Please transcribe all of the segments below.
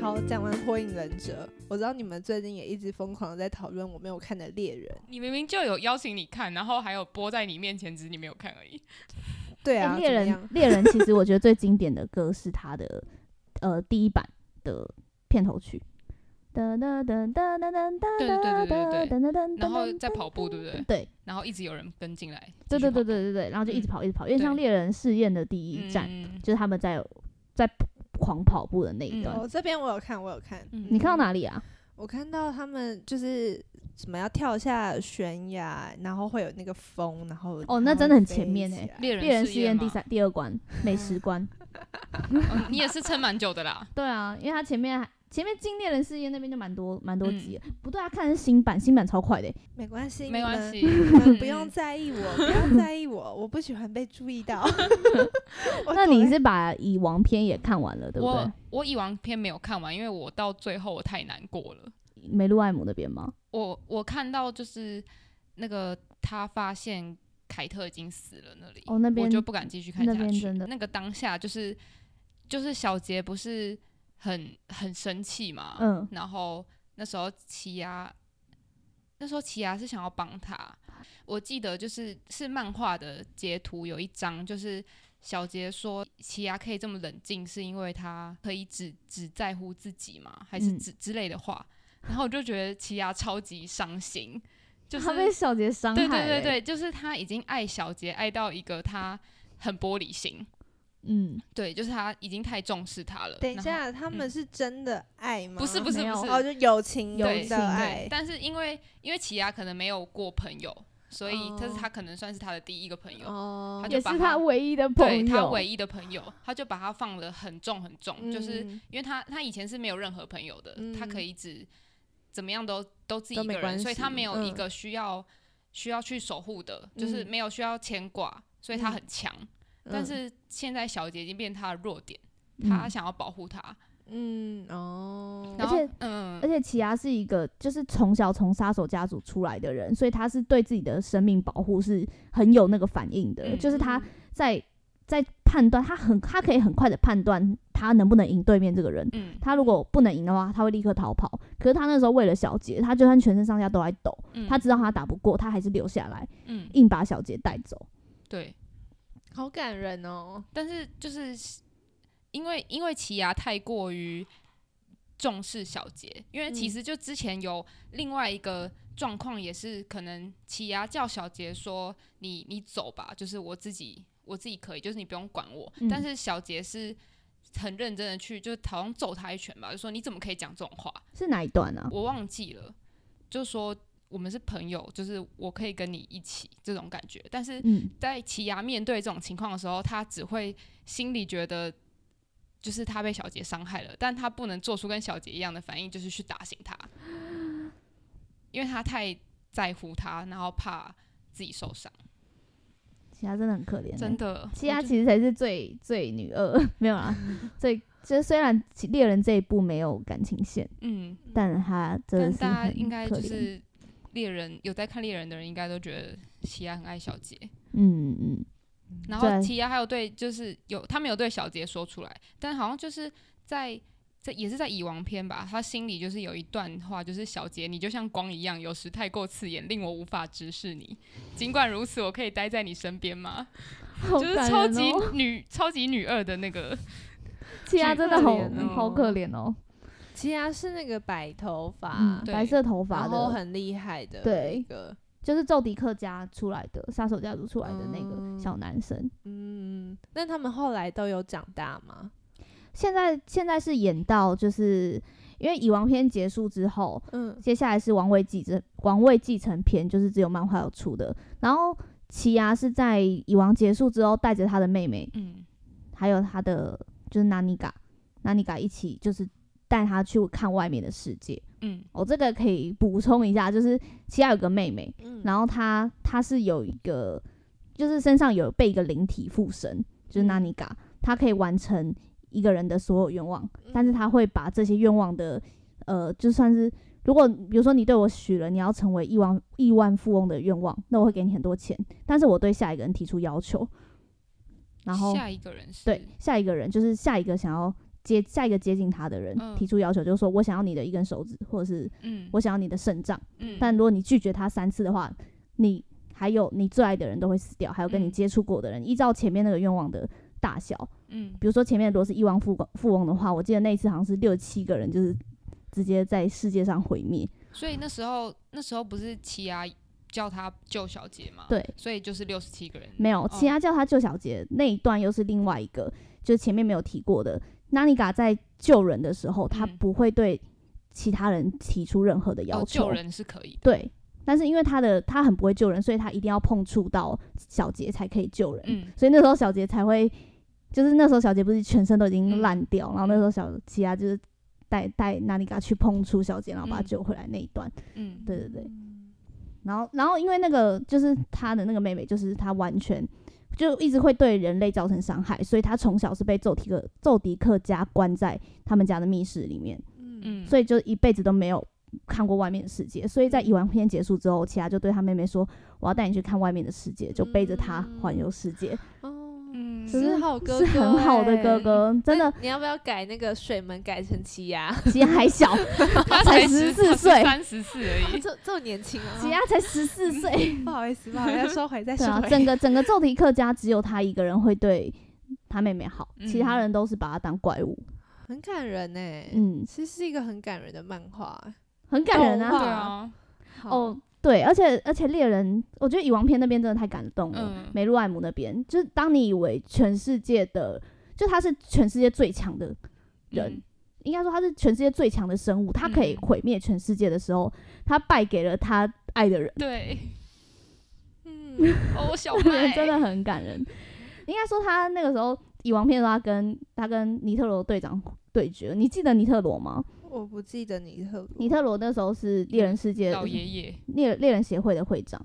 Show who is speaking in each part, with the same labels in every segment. Speaker 1: 好，讲完《火影忍者》，我知道你们最近也一直疯狂的在讨论我没有看的《猎人
Speaker 2: 你明明就有邀请你看，然后还有播在你面前，只是你没有看而已。》。
Speaker 1: 对
Speaker 3: 哎
Speaker 1: 啊，
Speaker 3: 猎、
Speaker 1: 怎么
Speaker 3: 人
Speaker 1: 样
Speaker 3: 猎人其实我觉得最经典的歌是他的呃第一版的片头曲。噔噔噔噔噔噔噔
Speaker 2: 对对对对对对
Speaker 3: 噔噔噔，
Speaker 2: 然后在跑步，对不对？
Speaker 3: 对
Speaker 2: 然后一直有人跟进来。
Speaker 3: 嗯对对对
Speaker 2: 继续
Speaker 3: 对对对，然后就一直
Speaker 2: 嗯
Speaker 3: 跑一直跑，因为像
Speaker 2: 对
Speaker 3: 猎人试验的第
Speaker 2: 跑
Speaker 3: 一站，
Speaker 2: 嗯
Speaker 3: 就是他们在在狂跑步的那
Speaker 2: 嗯
Speaker 3: 一段，
Speaker 1: 哦，这边我有看，我有看。
Speaker 2: 嗯
Speaker 3: 你看到哪里啊？
Speaker 1: 我看到他们就是什么要跳下悬崖，然后会有那个风，然后
Speaker 3: 哦那
Speaker 1: 然后
Speaker 3: 真的很
Speaker 1: 飞
Speaker 3: 前面
Speaker 1: 起
Speaker 3: 欸
Speaker 1: 来
Speaker 2: 嗯猎人
Speaker 3: 猎人
Speaker 2: 试
Speaker 3: 试验
Speaker 2: 吗嗯
Speaker 3: 第，三第二关美食关，
Speaker 2: 哦你也是撑蛮久的 啦。
Speaker 3: 对啊，因为他前面还前面进猎人试验那边就蛮多蛮多
Speaker 2: 嗯
Speaker 3: 集了，不对啊，看的是新版，新版超快的欸，
Speaker 1: 没关系，
Speaker 2: 没
Speaker 1: 你
Speaker 2: 关
Speaker 1: 们你
Speaker 2: 系，
Speaker 1: 们不
Speaker 2: 嗯
Speaker 1: 用在意我，不要在意我，我不喜欢被注意到。 我
Speaker 3: 那
Speaker 1: 躲
Speaker 3: 你
Speaker 1: 在
Speaker 3: 是把蚁王篇也看完了， 对不
Speaker 2: 我
Speaker 3: 对？
Speaker 2: 我以往片没有看完，因为我到最后我太难过了。
Speaker 3: 梅露艾姆那边吗？
Speaker 2: 我我看到就是那个他发现凯特已经死了那里，
Speaker 3: 哦那边
Speaker 2: 我就不敢继续看
Speaker 3: 那
Speaker 2: 下
Speaker 3: 边
Speaker 2: 去。
Speaker 3: 真的
Speaker 2: 个当下就是就是小杰不是很很生气嘛，
Speaker 3: 嗯
Speaker 2: 然后那时候奇亚。那时候奇亚是想要帮他，我记得就是是漫画的截图有一张，就是小杰说奇亚可以这么冷静，是因为他可以只只在乎自己嘛，还是
Speaker 3: 嗯
Speaker 2: 之之类的话。然后我就觉得奇亚超级伤心，就是
Speaker 3: 他被小杰伤害
Speaker 2: 对
Speaker 3: 了欸，
Speaker 2: 对对对，就是他已经爱小杰爱到一个他很玻璃心，
Speaker 3: 嗯，
Speaker 2: 对，就是他已经太重视他了。
Speaker 1: 等一
Speaker 2: 然后，嗯
Speaker 1: 下，他们是真的爱吗？
Speaker 2: 不是不是
Speaker 3: 没有
Speaker 2: 不是，
Speaker 1: 哦，就友情
Speaker 3: 友
Speaker 1: 的
Speaker 2: 情
Speaker 1: 爱
Speaker 2: 对，。但是因为因为奇亚可能没有过朋友，所以
Speaker 1: 哦
Speaker 2: 他是他可能算是他的第一个朋友，
Speaker 1: 哦
Speaker 2: 他就
Speaker 3: 也
Speaker 2: 把
Speaker 3: 是
Speaker 2: 他
Speaker 3: 他唯一的朋
Speaker 2: 对
Speaker 3: 友，
Speaker 2: 他唯一的朋友，他就把他放得很重很重，就是
Speaker 1: 嗯
Speaker 2: 因为他他以前是没有任何朋友的，他可
Speaker 1: 嗯
Speaker 2: 以只怎么样都都自己
Speaker 1: 都
Speaker 2: 一
Speaker 1: 没
Speaker 2: 个
Speaker 1: 关
Speaker 2: 人，所以他
Speaker 1: 系
Speaker 2: 没有一
Speaker 1: 嗯
Speaker 2: 个需要、需要去守护的，就是
Speaker 1: 嗯
Speaker 2: 没有需要牵挂，所以他
Speaker 1: 嗯
Speaker 2: 很强。但
Speaker 1: 嗯
Speaker 2: 是现在小杰已经变他的弱点，
Speaker 3: 嗯
Speaker 2: 他想要保护他，
Speaker 1: 嗯哦，
Speaker 2: 然
Speaker 3: 而且
Speaker 2: 后嗯
Speaker 3: 而，且奇亚是一个就是从小从杀手家族出来的人，所以他是对自己的生命保护是很有那个反应的，
Speaker 2: 嗯
Speaker 3: 就是他
Speaker 1: 嗯
Speaker 3: 在在判断，他很他可以很快的判断他能不能赢对面这个人。
Speaker 2: 嗯
Speaker 3: 他如果不能赢的话，他会立刻逃跑。可是他那时候为了小杰，他就算全身上下都在抖，
Speaker 2: 嗯
Speaker 3: 他知道他打不过，他还是留下来，
Speaker 2: 嗯
Speaker 3: 硬把小杰带走。
Speaker 2: 对，
Speaker 1: 好感人哦。
Speaker 2: 但是就是因为因为奇牙太过于重视小杰，因为其
Speaker 1: 嗯
Speaker 2: 实就之前有另外一个状况，也是可能奇牙叫小杰说你你走吧，就是我自己我自己可以，就是你不用管我。
Speaker 3: 嗯
Speaker 2: 但是小杰是很认真的去，就是好像揍他一拳吧，就说你怎么可以讲这种话？
Speaker 3: 是哪一段啊？
Speaker 2: 我忘记了，就说我们是朋友，就是我可以跟你一起这种感觉。但是
Speaker 3: 嗯，
Speaker 2: 在奇牙面对这种情况的时候，他只会心里觉得就是他被小杰伤害了，但他不能做出跟小杰一样的反应，就是去打醒 他，因为他太在乎他，然后怕自己受伤，
Speaker 3: 奇亚真的很可怜欸、
Speaker 2: 真的。
Speaker 3: 其他
Speaker 2: 我就嗯
Speaker 3: 其实才是最最女二， 没有啦。最就是虽然其猎人这一部没有感情线，
Speaker 2: 嗯，
Speaker 3: 但他真的
Speaker 2: 但
Speaker 3: 是
Speaker 2: 大家
Speaker 3: 很
Speaker 2: 应该
Speaker 3: 可
Speaker 2: 就
Speaker 3: 怜
Speaker 2: 是猎人有在看猎人的人，应该都觉得奇牙很爱小杰。
Speaker 3: 嗯嗯
Speaker 2: 然后
Speaker 3: 对
Speaker 2: 奇亚还有对，就是有他没有对小杰说出来，但好像就是在在也是在蚁王篇吧，他心里就是有一段话，就是小杰你就像光一样，有时太过刺眼，令我无法直视你。尽管如此，我可以待在你身边吗？
Speaker 3: 好
Speaker 2: 就是
Speaker 3: 感
Speaker 2: 超
Speaker 3: 人
Speaker 2: 级
Speaker 3: 哦，
Speaker 2: 女超级女二的那个，
Speaker 3: 其他真的好
Speaker 1: 可怜哦
Speaker 3: 好可怜哦，
Speaker 1: 奇亚是那个白头发
Speaker 3: 嗯，，
Speaker 2: 对
Speaker 3: 白色头发
Speaker 1: 然后
Speaker 3: 的，
Speaker 1: 很厉害的，
Speaker 3: 对
Speaker 1: 一个，
Speaker 3: 就是宙迪克家出来的杀手家族出来的那个
Speaker 1: 嗯
Speaker 3: 小男生，
Speaker 1: 嗯，那他们后来都有长大吗？
Speaker 3: 现在现在是演到就是因为蚁王篇结束之后，
Speaker 1: 嗯，
Speaker 3: 接下来是王位继承王位继承篇，就是只有漫画有出的。然后奇牙是在蚁王结束之后，带着他的妹妹，
Speaker 2: 嗯，
Speaker 3: 还有他的就是纳尼嘎，纳尼嘎一起就是带他去看外面的世界。
Speaker 2: 嗯
Speaker 3: 哦，这个可以补充一下，就是奇牙有个妹妹，
Speaker 1: 嗯
Speaker 3: 然后她她是有一个，就是身上有被一个灵体附身，就是
Speaker 1: 嗯
Speaker 3: 纳尼嘎，她可以完成一个人的所有愿望，
Speaker 2: 嗯
Speaker 3: 但是她会把这些愿望的，呃，就算是如果比如说你对我许了你要成为亿万亿万富翁的愿望，那我会给你很多钱，但是我对下一个人提出要求，然后
Speaker 2: 下一个人是
Speaker 3: 对下一个人就是下一个想要接下一个接近他的人
Speaker 2: 嗯
Speaker 3: 提出要求，就是说我想要你的一根手指，或者是
Speaker 2: 嗯，
Speaker 3: 我想要你的肾脏。
Speaker 2: 嗯
Speaker 3: 但如果你拒绝他三次的话，你还有你最爱的人都会死掉，还有跟你
Speaker 2: 嗯
Speaker 3: 接触过的人，依照前面那个愿望的大小，
Speaker 2: 嗯
Speaker 3: 比如说前面如果是亿万富翁富翁的话，我记得那一次好像是六七个人，就是直接在世界上毁灭。
Speaker 2: 所以那时候那时候不是奇亚叫他救小杰嘛？，
Speaker 3: 对，
Speaker 2: 所以就是六十七个人。
Speaker 3: 没有
Speaker 2: 哦，
Speaker 3: 其他叫他救小杰、那一段又是另外一个，就是前面没有提过的。纳尼嘎在救人的时候，他
Speaker 2: 嗯
Speaker 3: 不会对其他人提出任何的
Speaker 2: 哦
Speaker 3: 要求，
Speaker 2: 救人是可以的。
Speaker 3: 对。但是因为他的他很不会救人，所以他一定要碰触到小杰才可以救人。
Speaker 2: 嗯
Speaker 3: 所以那时候小杰才会，就是那时候小杰不是全身都已经
Speaker 2: 嗯
Speaker 3: 烂掉，然后那时候小吉啊就是带带纳尼嘎去碰触小杰，然后把他救回来那一段，
Speaker 2: 嗯
Speaker 3: 对对对。然后然后因为那个就是他的那个妹妹，就是她完全就一直会对人类造成伤害，所以她从小是被奏迪克奏迪克家关在他们家的密室里面，
Speaker 1: 嗯
Speaker 2: 嗯，
Speaker 3: 所以就一辈子都没有。看过外面的世界，所以在一完篇结束之后，奇亚就对他妹妹说：“我要带你去看外面的世界。”就背着她环游世界。
Speaker 1: 哦，
Speaker 2: 嗯
Speaker 3: 所以
Speaker 1: 是好哥哥、
Speaker 3: 是很好的哥。哥，
Speaker 2: 哎
Speaker 3: 真的，，
Speaker 1: 你要不要改那个水门改成奇亚？
Speaker 3: 吉亚 还小，
Speaker 2: 他
Speaker 3: 才
Speaker 2: 十
Speaker 3: 14岁
Speaker 2: 三十四而 已。
Speaker 1: 哦这这么年轻 啊！
Speaker 3: 吉亚才十四
Speaker 2: 嗯
Speaker 3: 岁，
Speaker 1: 不好意思，不 好意思，要收回，再
Speaker 3: 对
Speaker 1: 收
Speaker 3: 啊，
Speaker 1: 回。
Speaker 3: 整个整个奏迪克家只有他一个人会对他妹妹好，
Speaker 2: 嗯哎
Speaker 3: 其他人都是把他当怪物，
Speaker 1: 很感人呢、欸
Speaker 3: 嗯，
Speaker 1: 其实是一个很感人的漫画。
Speaker 3: 很感人
Speaker 1: 动
Speaker 2: 对
Speaker 1: 画
Speaker 3: 啊。
Speaker 2: 啊，
Speaker 1: 好，
Speaker 3: 哦，对，而且而且猎人，我觉得蚁王篇那边真的太感动了
Speaker 2: 嗯，
Speaker 3: 梅露艾姆那边，就是当你以为全世界的，就他是全世界最强的人，
Speaker 2: 嗯
Speaker 3: 应该说他是全世界最强的生物，他可以
Speaker 2: 嗯
Speaker 3: 毁灭全世界的时候，他败给了他爱的人。
Speaker 2: 对，
Speaker 1: 嗯，
Speaker 2: 哦，小
Speaker 3: 人
Speaker 2: 麦
Speaker 3: 真的很感人。应该说他那个时候以王片的时候，他啊跟他跟尼特罗队长对决。你记得尼特罗吗？
Speaker 1: 我不记得尼特罗
Speaker 3: 尼特罗那时候是猎人世界
Speaker 2: 老爷爷，
Speaker 3: 猎猎人协会的会长，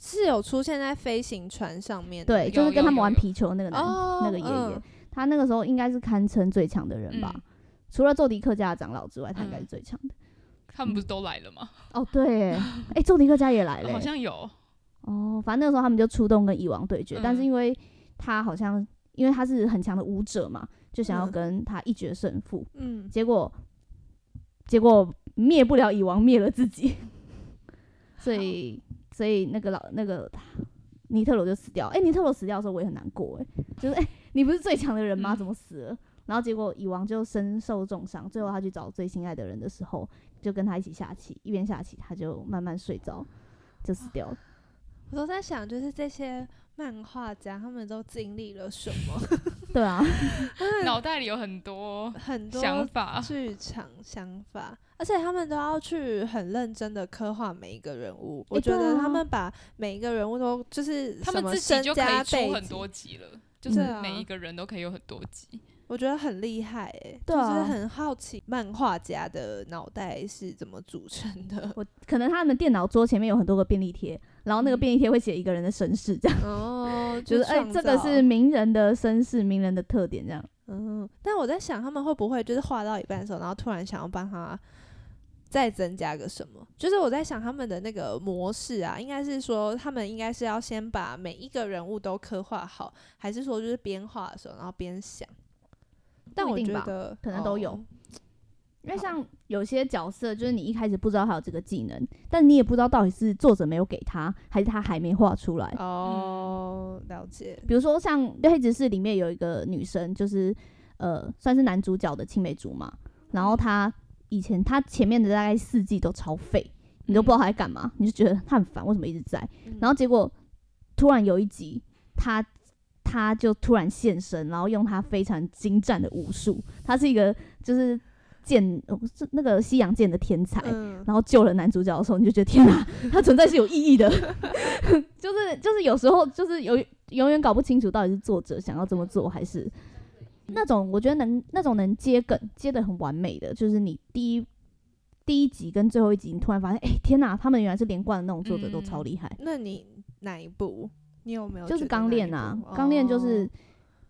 Speaker 1: 是有出现在飞行船上面的
Speaker 3: 对，
Speaker 1: 那
Speaker 3: 就
Speaker 1: 个
Speaker 3: 是跟他们玩
Speaker 2: 有有
Speaker 3: 皮球那个男
Speaker 1: 哦
Speaker 3: 那个爷爷
Speaker 1: 嗯，
Speaker 3: 他那个时候应该是堪称最强的人吧。
Speaker 2: 嗯
Speaker 3: 除了奏迪克家的长老之外，他应该是最强的。
Speaker 2: 他们不是都来了吗？
Speaker 3: 哦，对耶，哎，奏迪克家也来了
Speaker 2: 好
Speaker 3: 耶。
Speaker 2: 像有，
Speaker 3: 哦，反正那个时候他们就出动跟蚁王对决，但是
Speaker 2: 嗯
Speaker 3: 因为他好像因为他是很强的舞者嘛，就想要
Speaker 1: 嗯
Speaker 3: 跟他一决胜负，
Speaker 1: 嗯，
Speaker 3: 结果结果灭不了蚁王，灭了自己，所以所以那个老那个尼特罗就死掉。哎、尼特罗死掉的时候我也很难过、哎，就是哎、你不是最强的人吗？
Speaker 2: 嗯
Speaker 3: 怎么死了？然后结果蚁王就身受重伤，最后他去找最心爱的人的时候，就跟他一起下棋，一边下棋他就慢慢睡着，就死掉了。
Speaker 1: 我都在想，就是这些漫画家他们都经历了什么，
Speaker 3: 对啊，
Speaker 2: 脑袋里有很多
Speaker 1: 嗯很多
Speaker 2: 想法，
Speaker 1: 剧场想法，而且他们都要去很认真的刻画每一个人物。我
Speaker 3: 诶
Speaker 1: 觉
Speaker 3: 对
Speaker 1: 得他
Speaker 3: 啊
Speaker 1: 们把每一个人物都就是
Speaker 2: 他
Speaker 1: 什
Speaker 2: 们
Speaker 1: 么
Speaker 2: 自己
Speaker 1: 身
Speaker 2: 就可
Speaker 1: 家
Speaker 2: 以出
Speaker 1: 背
Speaker 2: 很
Speaker 1: 景
Speaker 2: 多集
Speaker 3: 嗯
Speaker 2: 了，就是
Speaker 1: 对啊
Speaker 2: 每一个人都可以有很多集。
Speaker 1: 我觉得很厉害、欸，
Speaker 3: 对啊
Speaker 1: 就是很好奇漫画家的脑袋是怎么组成 的。
Speaker 3: 我可能他们电脑桌前面有很多个便利贴，然后那个
Speaker 2: 嗯
Speaker 3: 便利贴会写一个人的身世，这样
Speaker 1: 哦，
Speaker 3: 就是哎、
Speaker 1: 创
Speaker 3: 这个
Speaker 1: 造
Speaker 3: 是名人的身世，名人的特点这样。
Speaker 1: 嗯，但我在想他们会不会就是画到一半的时候，然后突然想要帮他再增加个什么？就是我在想他们的那个模式啊，应该是说他们应该是要先把每一个人物都刻画好，还是说就是边画的时候然后边想？但
Speaker 3: 不一
Speaker 1: 我
Speaker 3: 定
Speaker 1: 觉
Speaker 3: 吧
Speaker 1: 得
Speaker 3: 可能都有
Speaker 1: 哦
Speaker 3: 因为
Speaker 1: 好
Speaker 3: 像有些角色，就是你一开始不知道他有这个技能，但你也不知道到底是作者没有给他，还是他还没画出来。
Speaker 1: 哦，
Speaker 3: 嗯
Speaker 1: 了解，
Speaker 3: 比如说像《黑执事》里面有一个女生，就是呃算是男主角的青梅竹马，
Speaker 1: 嗯
Speaker 3: 然后她以前她前面的大概四季都超废，你都
Speaker 1: 嗯
Speaker 3: 不知道她在干嘛，你就觉得她很烦，为什么一直在？然后结果突然有一集，她她就突然现身，然后用她非常精湛的武术，她是一个就是剑，呃是那个西洋剑的天才，
Speaker 1: 嗯，
Speaker 3: 然后救了男主角的时候，你就觉得天啊，他存在是有意义的， 就是就是有时候就是有永远搞不清楚到底是作者想要这么做，还是那种我觉得能那种能接梗接的很完美的，就是你第一第一集跟最后一集，你突然发现，哎、天哪，他们原来是连贯的那种作者都超厉害，
Speaker 1: 那你哪一部？你有没有
Speaker 3: 就是
Speaker 1: 觉得
Speaker 3: 《
Speaker 1: 哪
Speaker 3: 钢炼
Speaker 1: 一》
Speaker 3: 啊
Speaker 1: 部，
Speaker 3: 《钢炼》就是
Speaker 1: 哦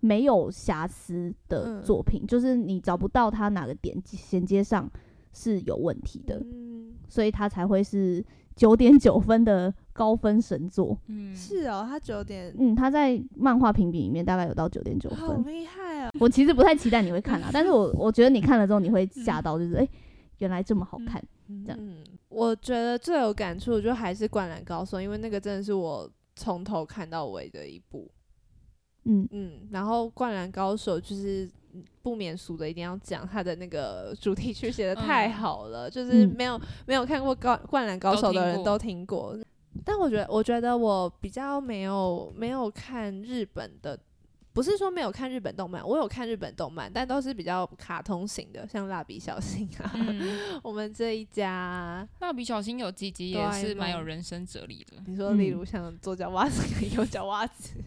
Speaker 3: 没有瑕疵的
Speaker 1: 嗯
Speaker 3: 作品，就是你找不到它哪个点衔接上是有问题的，
Speaker 1: 嗯，
Speaker 3: 所以它才会是九点九分的高分神作。嗯
Speaker 2: 嗯，
Speaker 1: 是哦，他九点，
Speaker 3: 嗯，它在漫画评比里面大概有到九点九
Speaker 1: 好
Speaker 3: 分。
Speaker 1: 厉害哦。
Speaker 3: 我其实不太期待你会看啊，但是 我我觉得你看了之后你会吓到，就是哎、诶原来这么好看。这样
Speaker 1: 嗯，我觉得最有感触的就还是《灌篮高手》，因为那个真的是我从头看到尾的一部。
Speaker 3: 嗯，
Speaker 1: 嗯，然后《灌篮高手》就是嗯不免俗的，一定要讲它的那个主题曲写的太
Speaker 2: 嗯
Speaker 1: 好了，就是
Speaker 3: 嗯
Speaker 1: 没有没有看过高《灌篮高
Speaker 2: 都
Speaker 1: 手》的
Speaker 2: 听
Speaker 1: 人
Speaker 2: 过
Speaker 1: 都听过。但我觉得，我觉得我比较没有没有看日本的，不是说没有看日本动漫，我有看日本动漫，但都是比较卡通型的，像蜡笔小新啊，
Speaker 2: 嗯，
Speaker 1: 我们这一家啊，
Speaker 2: 蜡笔小新有几集
Speaker 1: 哆
Speaker 2: 也
Speaker 1: 啦 A
Speaker 2: 是蛮有
Speaker 1: 梦
Speaker 2: 人生哲理的。
Speaker 1: 你说例
Speaker 3: 嗯
Speaker 1: 如像左脚袜子 跟右脚袜子，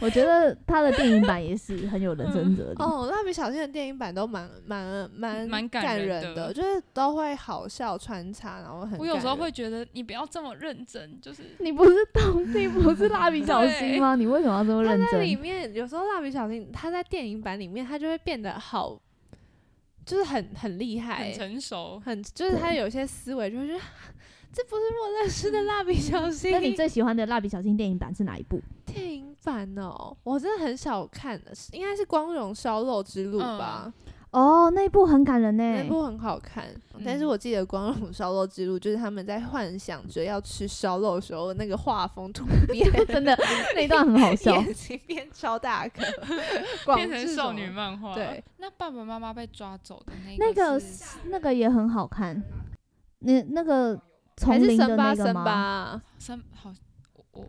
Speaker 3: 我觉得他的电影版也是很有人生哲理。
Speaker 1: 哦，蜡笔小新的电影版都蛮蛮蛮
Speaker 2: 蛮感
Speaker 1: 感
Speaker 2: 人
Speaker 1: 人
Speaker 2: 的
Speaker 1: 就是都会好笑穿插，然后很。
Speaker 2: 我有时候会，觉得你不要这么认真，就是
Speaker 3: 你不是动，你不是蜡笔 小新吗？你为什么要这么
Speaker 1: 他
Speaker 3: 认
Speaker 1: 在里
Speaker 3: 真？
Speaker 1: 面有时候蜡笔小新他在电影版里面他就会变得好，就是很很厉害
Speaker 2: 很
Speaker 1: 欸，
Speaker 2: 成熟。
Speaker 1: 很就是他有些思维就会觉得 啊这不是我认识的蜡笔小新。
Speaker 3: 那你最喜欢的蜡笔小新电影版是哪一部？
Speaker 1: 电影版哦，我真的很少看的，应该是《光荣烧肉之路》
Speaker 2: 嗯
Speaker 1: 吧。
Speaker 3: 哦，那一部很感人呢、
Speaker 1: 那部很好看，但是
Speaker 2: 嗯
Speaker 1: 我记得《光荣烧肉之路》就是他们在幻想着要吃烧肉的时候，那个画风 突变，
Speaker 3: 真的那一段很好 笑。
Speaker 1: 眼睛变超大 个，广
Speaker 2: 变
Speaker 1: 志
Speaker 2: 成
Speaker 1: 什
Speaker 2: 少
Speaker 1: 么
Speaker 2: 女。漫画。
Speaker 1: 对，
Speaker 2: 那爸爸妈妈被抓走的那
Speaker 3: 那
Speaker 2: 个
Speaker 3: 个
Speaker 2: 是
Speaker 3: 那个也很好看，那那个丛
Speaker 1: 还是
Speaker 3: 林的
Speaker 1: 森巴
Speaker 3: 那个
Speaker 1: 森
Speaker 3: 吗？
Speaker 1: 巴，
Speaker 2: 三好，我我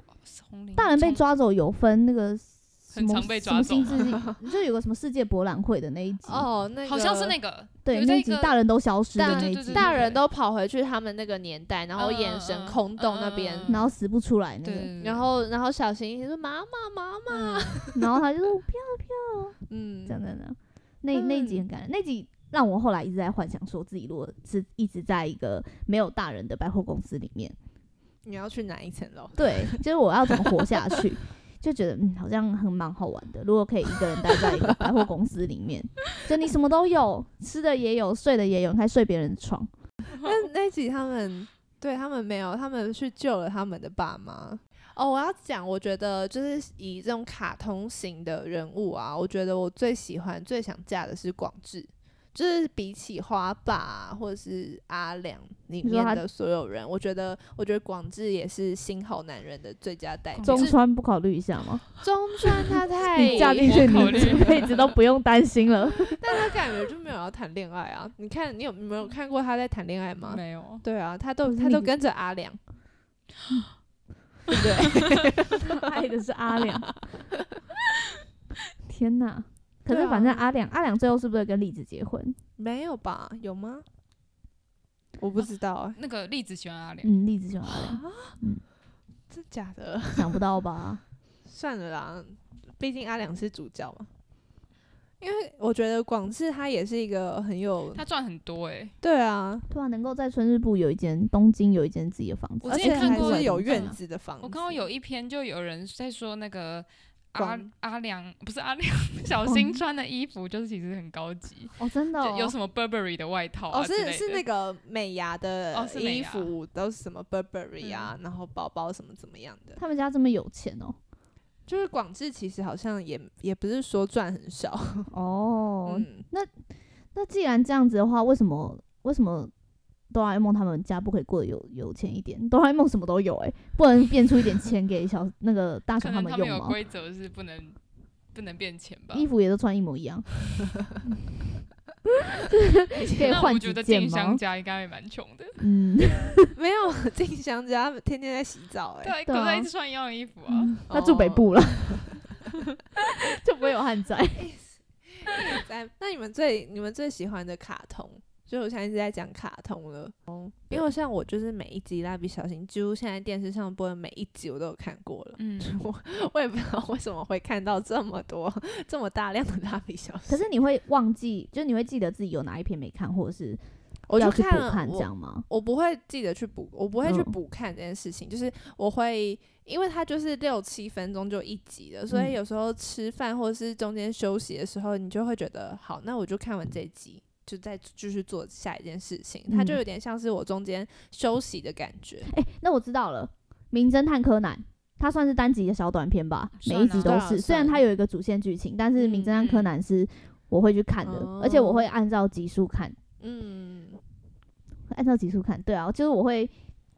Speaker 2: 红林
Speaker 3: 大人被
Speaker 2: 丛
Speaker 3: 抓走有分那个什
Speaker 2: 很
Speaker 3: 么
Speaker 2: 常被
Speaker 3: 什
Speaker 2: 抓
Speaker 3: 么
Speaker 2: 走
Speaker 3: 新世纪，就有个什么世界博览会的那一集，
Speaker 1: 哦，那个
Speaker 2: 好像是那个
Speaker 3: 对
Speaker 2: 有
Speaker 3: 那
Speaker 2: 在
Speaker 3: 一
Speaker 2: 一
Speaker 3: 集
Speaker 2: 个
Speaker 3: 大人都消失的
Speaker 1: 大
Speaker 3: 那一
Speaker 2: 对对
Speaker 3: 集
Speaker 2: 对，
Speaker 1: 大人都跑回去他们那个年代，然后
Speaker 2: 嗯
Speaker 1: 眼
Speaker 2: 嗯
Speaker 1: 神
Speaker 2: 嗯
Speaker 1: 空洞那
Speaker 2: 嗯
Speaker 1: 边，
Speaker 2: 嗯嗯
Speaker 3: 然后死不出来那
Speaker 2: 对
Speaker 3: 个，，
Speaker 1: 然后然后小新一直说妈妈妈妈，
Speaker 2: 嘛，
Speaker 3: 然后他就说不要
Speaker 1: 嗯
Speaker 3: 这，样这样这样，那那一集
Speaker 1: 嗯
Speaker 3: 很感人，那集让我后来一直在幻想说自己如果是一直在一个没有大人的百货公司里面，
Speaker 1: 你要去哪一层楼？
Speaker 3: 对，就是我要怎么活下去，就觉得嗯，好像很蛮好玩的。如果可以一个人待在一个百货公司里面， 就你什么都有，吃的也有，睡的也有，你还睡别人的床。
Speaker 2: 哦
Speaker 1: 那那集他们对他们没有，他们去救了他们的爸妈。哦，我要讲，我觉得就是以这种卡通型的人物啊，我觉得我最喜欢、最想嫁的是广志，就是比起花爸啊或者是阿良里
Speaker 3: 你说
Speaker 1: 面
Speaker 3: 他
Speaker 1: 的所有人，我觉得，我觉得广志也是新好男人的最佳代表。
Speaker 2: 中
Speaker 3: 中
Speaker 2: 是
Speaker 3: 川不考虑一下吗？
Speaker 1: 中川他太
Speaker 3: 你嫁进
Speaker 2: 我
Speaker 3: 去，你
Speaker 2: 考虑
Speaker 3: 这辈子都不用担 心了。
Speaker 1: 但他感觉就没有要谈恋爱啊。你看，你有你没有看过他在谈恋爱吗？
Speaker 2: 没有，
Speaker 1: 对啊，他都
Speaker 3: 嗯
Speaker 1: 他都
Speaker 3: 你
Speaker 1: 跟着阿 良，
Speaker 3: 爱的是阿良。 天哪！可
Speaker 1: 对
Speaker 3: 是
Speaker 1: 啊
Speaker 3: 反正阿良，阿良最后是不是跟栗子结婚？
Speaker 1: 没有吧？有吗？我不知道、啊，
Speaker 2: 那个栗子喜欢阿良，
Speaker 3: 嗯，栗子喜欢阿 良，
Speaker 1: 真假的？
Speaker 3: 想不到吧？
Speaker 1: 算了啦，毕竟阿良是主角嘛。因为我觉得广志他也是一个很有
Speaker 2: 他赚很多哎，
Speaker 1: 对啊，
Speaker 3: 突然能够在春日部有一间东京有一间自己的房子，
Speaker 2: 我
Speaker 1: 而
Speaker 2: 之
Speaker 1: 且
Speaker 2: 前
Speaker 1: 还
Speaker 2: 看过
Speaker 1: 是有嗯
Speaker 2: 一个
Speaker 1: 院子的房子。
Speaker 2: 我刚刚有一篇就有人在说那个。阿
Speaker 1: 广
Speaker 2: 阿良不是阿良， 小新
Speaker 3: 广
Speaker 2: 穿的衣服就是其实很高级，
Speaker 3: 哦，真的、
Speaker 2: 就
Speaker 3: 哦，
Speaker 2: 有什么 Burberry 的外套啊
Speaker 1: 哦，
Speaker 2: 之类
Speaker 1: 是
Speaker 2: 的
Speaker 1: 是那个美牙的
Speaker 2: 哦是美
Speaker 1: 衣
Speaker 2: 牙
Speaker 1: 服、都是什么 Burberry 啊，然后包包什么怎么样的。
Speaker 3: 他们家这么有钱哦。
Speaker 1: 就是广志其实好像也也不是说赚很少，
Speaker 3: 哦，
Speaker 1: 嗯，
Speaker 3: 那既然这样子的话，为什么为什么哆啦 A 梦他们家不可以过得有有钱一点？哆啦 A 梦什么都有哎、不能变出一点钱给小那个大
Speaker 2: 可
Speaker 3: 雄
Speaker 2: 能
Speaker 3: 们
Speaker 2: 他们
Speaker 3: 用
Speaker 2: 有
Speaker 3: 吗？
Speaker 2: 规则是不能不能变钱吧？
Speaker 3: 衣服也都穿一模 一样，可以
Speaker 2: 那
Speaker 3: 换
Speaker 2: 我
Speaker 3: 几
Speaker 2: 觉得
Speaker 3: 件
Speaker 2: 静
Speaker 3: 吗
Speaker 2: 香？家应该会蛮穷的，
Speaker 3: 嗯，
Speaker 1: 没有静香家天天在洗澡、欸，哎，
Speaker 2: 对，
Speaker 3: 对
Speaker 2: 可是
Speaker 3: 啊
Speaker 2: 一直穿一样的衣服啊。哦
Speaker 3: 他住北
Speaker 1: 哦
Speaker 3: 部了， 就不会有旱灾。
Speaker 1: 在那你们最你们最喜欢的卡通，就我现在一直在讲卡通了。哦，因为像我就是每一集蜡笔小新，几乎现在电视上播的每一集我都有看过了。
Speaker 2: 嗯，
Speaker 1: 我我也不知道为什么会看到这么多这么大量的蜡笔小新。
Speaker 3: 可是你会忘记，就是你会记得自己有哪一篇没看，或者是
Speaker 1: 我就
Speaker 3: 要去补
Speaker 1: 看了
Speaker 3: 看
Speaker 1: 我
Speaker 3: 这样吗？
Speaker 1: 我不会记得去补，我不会去
Speaker 3: 嗯
Speaker 1: 补看这件事情，就是我会，因为它就是六七分钟就一集的，所以
Speaker 3: 嗯
Speaker 1: 有时候吃饭或者是中间休息的时候，你就会觉得好，那我就看完这一集，就再继续做下一件事情，它就
Speaker 3: 嗯
Speaker 1: 有点像是我中间休息的感觉。
Speaker 3: 哎、那我知道了，《名侦探柯南》，它算是单集的小短片吧，每
Speaker 2: 算啊
Speaker 3: 一集都
Speaker 1: 对啊
Speaker 3: 是。虽然它
Speaker 1: 算
Speaker 3: 有一个主线剧情，但是《名侦探
Speaker 2: 嗯嗯
Speaker 3: 柯南》是我会去看的，而且我
Speaker 1: 哦
Speaker 3: 会按照集数看，
Speaker 1: 嗯，
Speaker 3: 按照集数看。对啊，就是我会